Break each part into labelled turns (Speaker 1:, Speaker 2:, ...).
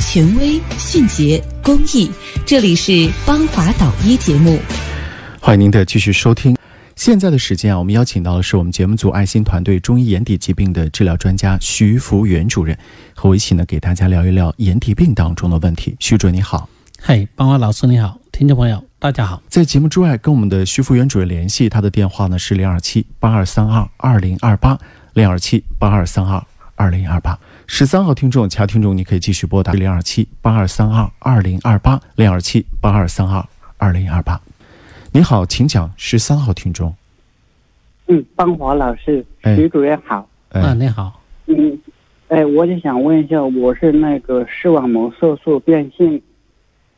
Speaker 1: 权威、迅捷、公益。这里是邦华导医节目，
Speaker 2: 欢迎您的继续收听。现在的时间啊，我们邀请到的是我们节目组爱心团队中医眼底疾病的治疗专家徐福元主任，和我一起呢给大家聊一聊眼底病当中的问题。徐主任你好，
Speaker 3: 嘿，邦华老师你好，听众朋友大家好。
Speaker 2: 在节目之外跟我们的徐福元主任联系，他的电话呢是零二七八二三二二零二八零二七八二三二二零二八。十三号听众，其他听众你可以继续拨打零二七八二三二二零二八零二七八二三二二零二八。你好，请讲十三号听众。
Speaker 4: 嗯，邦华老师，
Speaker 2: 哎
Speaker 4: 徐主任好。
Speaker 2: 哎
Speaker 3: 啊，你好，
Speaker 4: 嗯，哎，我就想问一下，我是那个视网膜色素变性，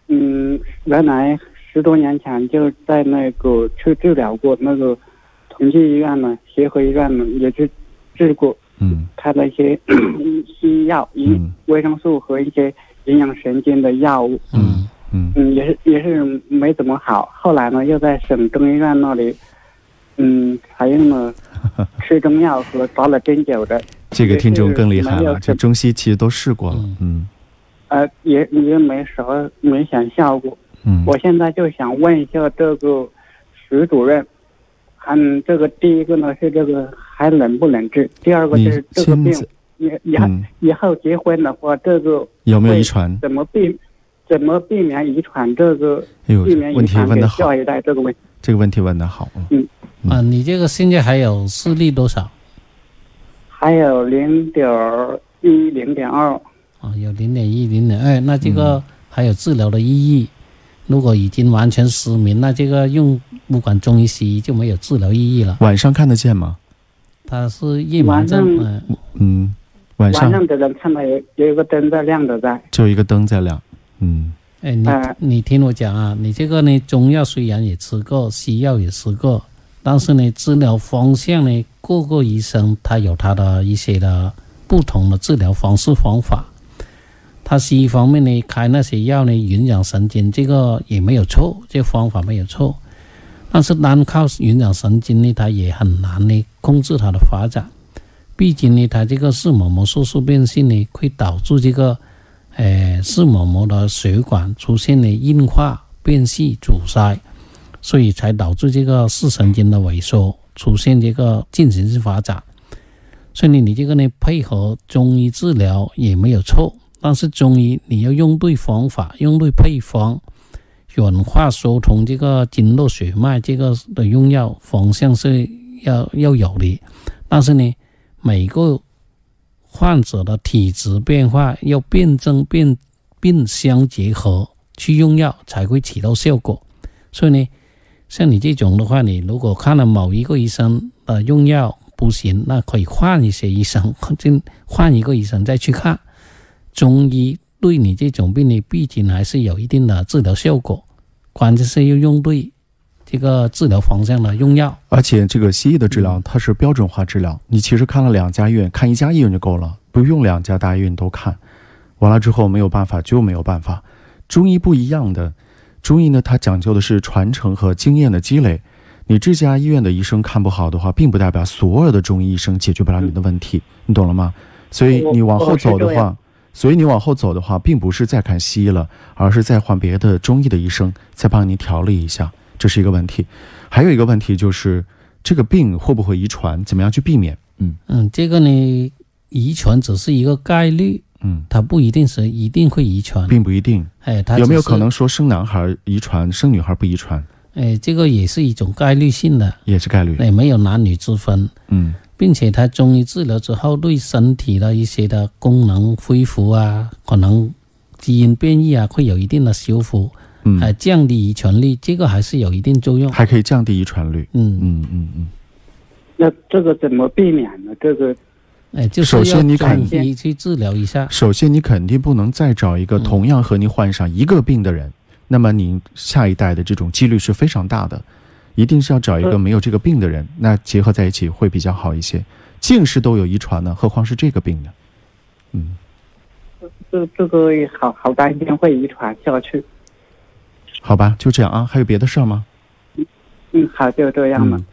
Speaker 4: 嗯，原来十多年前就在那个去治疗过，那个同济医院呢、协和医院呢也去治过，
Speaker 2: 嗯
Speaker 4: 开 了一些西药、一
Speaker 2: 嗯
Speaker 4: 维生素和一些营养神经的药物，
Speaker 2: 嗯嗯
Speaker 4: 嗯，也是也是没怎么好。后来呢，又在省中医院那里，嗯，采用了吃中药和打了针灸的，
Speaker 2: 这个听众更厉害
Speaker 4: 没有
Speaker 2: 了，
Speaker 4: 什
Speaker 2: 这中西其实都试过了。嗯
Speaker 4: 呃，也也没什么明显效果。
Speaker 2: 嗯，
Speaker 4: 我现在就想问一下这个徐主任，嗯，这个第一个呢是这个还能不能治？第二个就
Speaker 2: 你
Speaker 4: 是这个
Speaker 2: 现
Speaker 4: 病
Speaker 2: 在
Speaker 4: 以以后
Speaker 2: 嗯
Speaker 4: 以后结婚的话，这个
Speaker 2: 有没有
Speaker 4: 会
Speaker 2: 遗传？
Speaker 4: 怎么避怎么避免遗传这个
Speaker 2: 哎呦，
Speaker 4: 避免
Speaker 2: 问
Speaker 4: 遗
Speaker 2: 题
Speaker 4: 传
Speaker 2: 问
Speaker 4: 给
Speaker 2: 得好
Speaker 4: 下，一代这个问题？
Speaker 2: 这个问题问得好。嗯嗯
Speaker 3: 啊，你这个现在还有视力多少？
Speaker 4: 还有零点一、零点二，
Speaker 3: 啊，有零点一、零点二，那这
Speaker 2: 嗯
Speaker 3: 个还有治疗的意义。如果已经完全失明，那这个用不管中医西医就没有治疗意义了。
Speaker 2: 晚上看得见吗？
Speaker 3: 它是夜盲症，
Speaker 4: 晚
Speaker 3: 嗯、
Speaker 2: 嗯，晚
Speaker 4: 晚
Speaker 2: 上
Speaker 4: 上只能看到有有一个灯在亮着在。
Speaker 2: 就一个灯在亮。嗯
Speaker 3: 哎，你
Speaker 4: 哎
Speaker 3: 你听我讲啊，你这个呢，中药虽然也吃过，西药也吃过，但是呢，治疗方向呢，各个医生他有他的一些的不同的治疗方式方法。他西医方面呢，开那些药呢，营养神经这个也没有错，这方法没有错。但是单靠营养神经呢，它也很难呢控制它的发展。毕竟呢，它这个视网膜色素变性呢，会导致这个呃视网膜的血管出现了硬化、变细、阻塞，所以才导致这个视神经的萎缩，出现这个进行性发展。所以呢，你这个呢配合中医治疗也没有错，但是中医你要用对方法，用对配方，软化疏通这个经络血脉，这个的用药方向是要要有的。但是呢，每个患者的体质变化要辩证辩病相结合去用药才会起到效果。所以呢，像你这种的话，你如果看了某一个医生的用药不行，那可以换一些医生，就换一个医生再去看。中医对你这种病呢，毕竟还是有一定的治疗效果，关键是要用对这个治疗方向的用药。
Speaker 2: 而且这个西医的治疗它是标准化治疗，你其实看了两家医院，看一家医院就够了，不用两家大医院都看。完了之后没有办法就没有办法。中医不一样的，中医呢它讲究的是传承和经验的积累。你这家医院的医生看不好的话，并不代表所有的中医医生解决不了你的问题，你懂了吗？所以
Speaker 4: 嗯哎我
Speaker 2: 你往
Speaker 4: 我
Speaker 2: 后
Speaker 4: 是
Speaker 2: 走的
Speaker 4: 这样
Speaker 2: 话，所以你往后走的话，并不是再看西医了，而是再换别的中医的医生再帮你调理一下，这是一个问题。还有一个问题就是，这个病会不会遗传？怎么样去避免？嗯
Speaker 3: 嗯，这个呢，遗传只是一个概率，
Speaker 2: 嗯，
Speaker 3: 它不一定是一定会遗
Speaker 4: 嗯
Speaker 3: 传。
Speaker 2: 并不一定。
Speaker 3: 哎，它
Speaker 2: 有没有
Speaker 3: 只是
Speaker 2: 可能？说生男孩遗传，生女孩不遗传，
Speaker 3: 哎，这个也是一种概率性的，
Speaker 2: 也是概率？
Speaker 3: 也没有男女之分，
Speaker 2: 嗯
Speaker 3: 并且它中医治疗之后，对身体的一些的功能恢复啊，可能基因变异啊，会有一定的修复，还、
Speaker 2: 嗯，
Speaker 3: 降低遗传率，这个还是有一定作用。
Speaker 2: 还可以降低遗传率。
Speaker 3: 嗯，
Speaker 2: 嗯嗯嗯，
Speaker 4: 那这个怎么避免呢？这个
Speaker 3: 哎，就是
Speaker 2: 首先
Speaker 3: 要
Speaker 2: 你
Speaker 3: 中
Speaker 2: 看
Speaker 3: 医去治疗一下。
Speaker 2: 首先你肯定不能再找一个
Speaker 3: 嗯
Speaker 2: 同样和你患上一个病的人，那么你下一代的这种几率是非常大的，一定是要找一个
Speaker 4: 嗯
Speaker 2: 没有这个病的人，那结合在一起会比较好一些。近视都有遗传呢，何况是这个病呢？嗯。
Speaker 4: 这这个好好担心会遗传下去。
Speaker 2: 好吧，就这样啊。还有别的事儿吗？
Speaker 4: 嗯，好，就这样吧。
Speaker 2: 嗯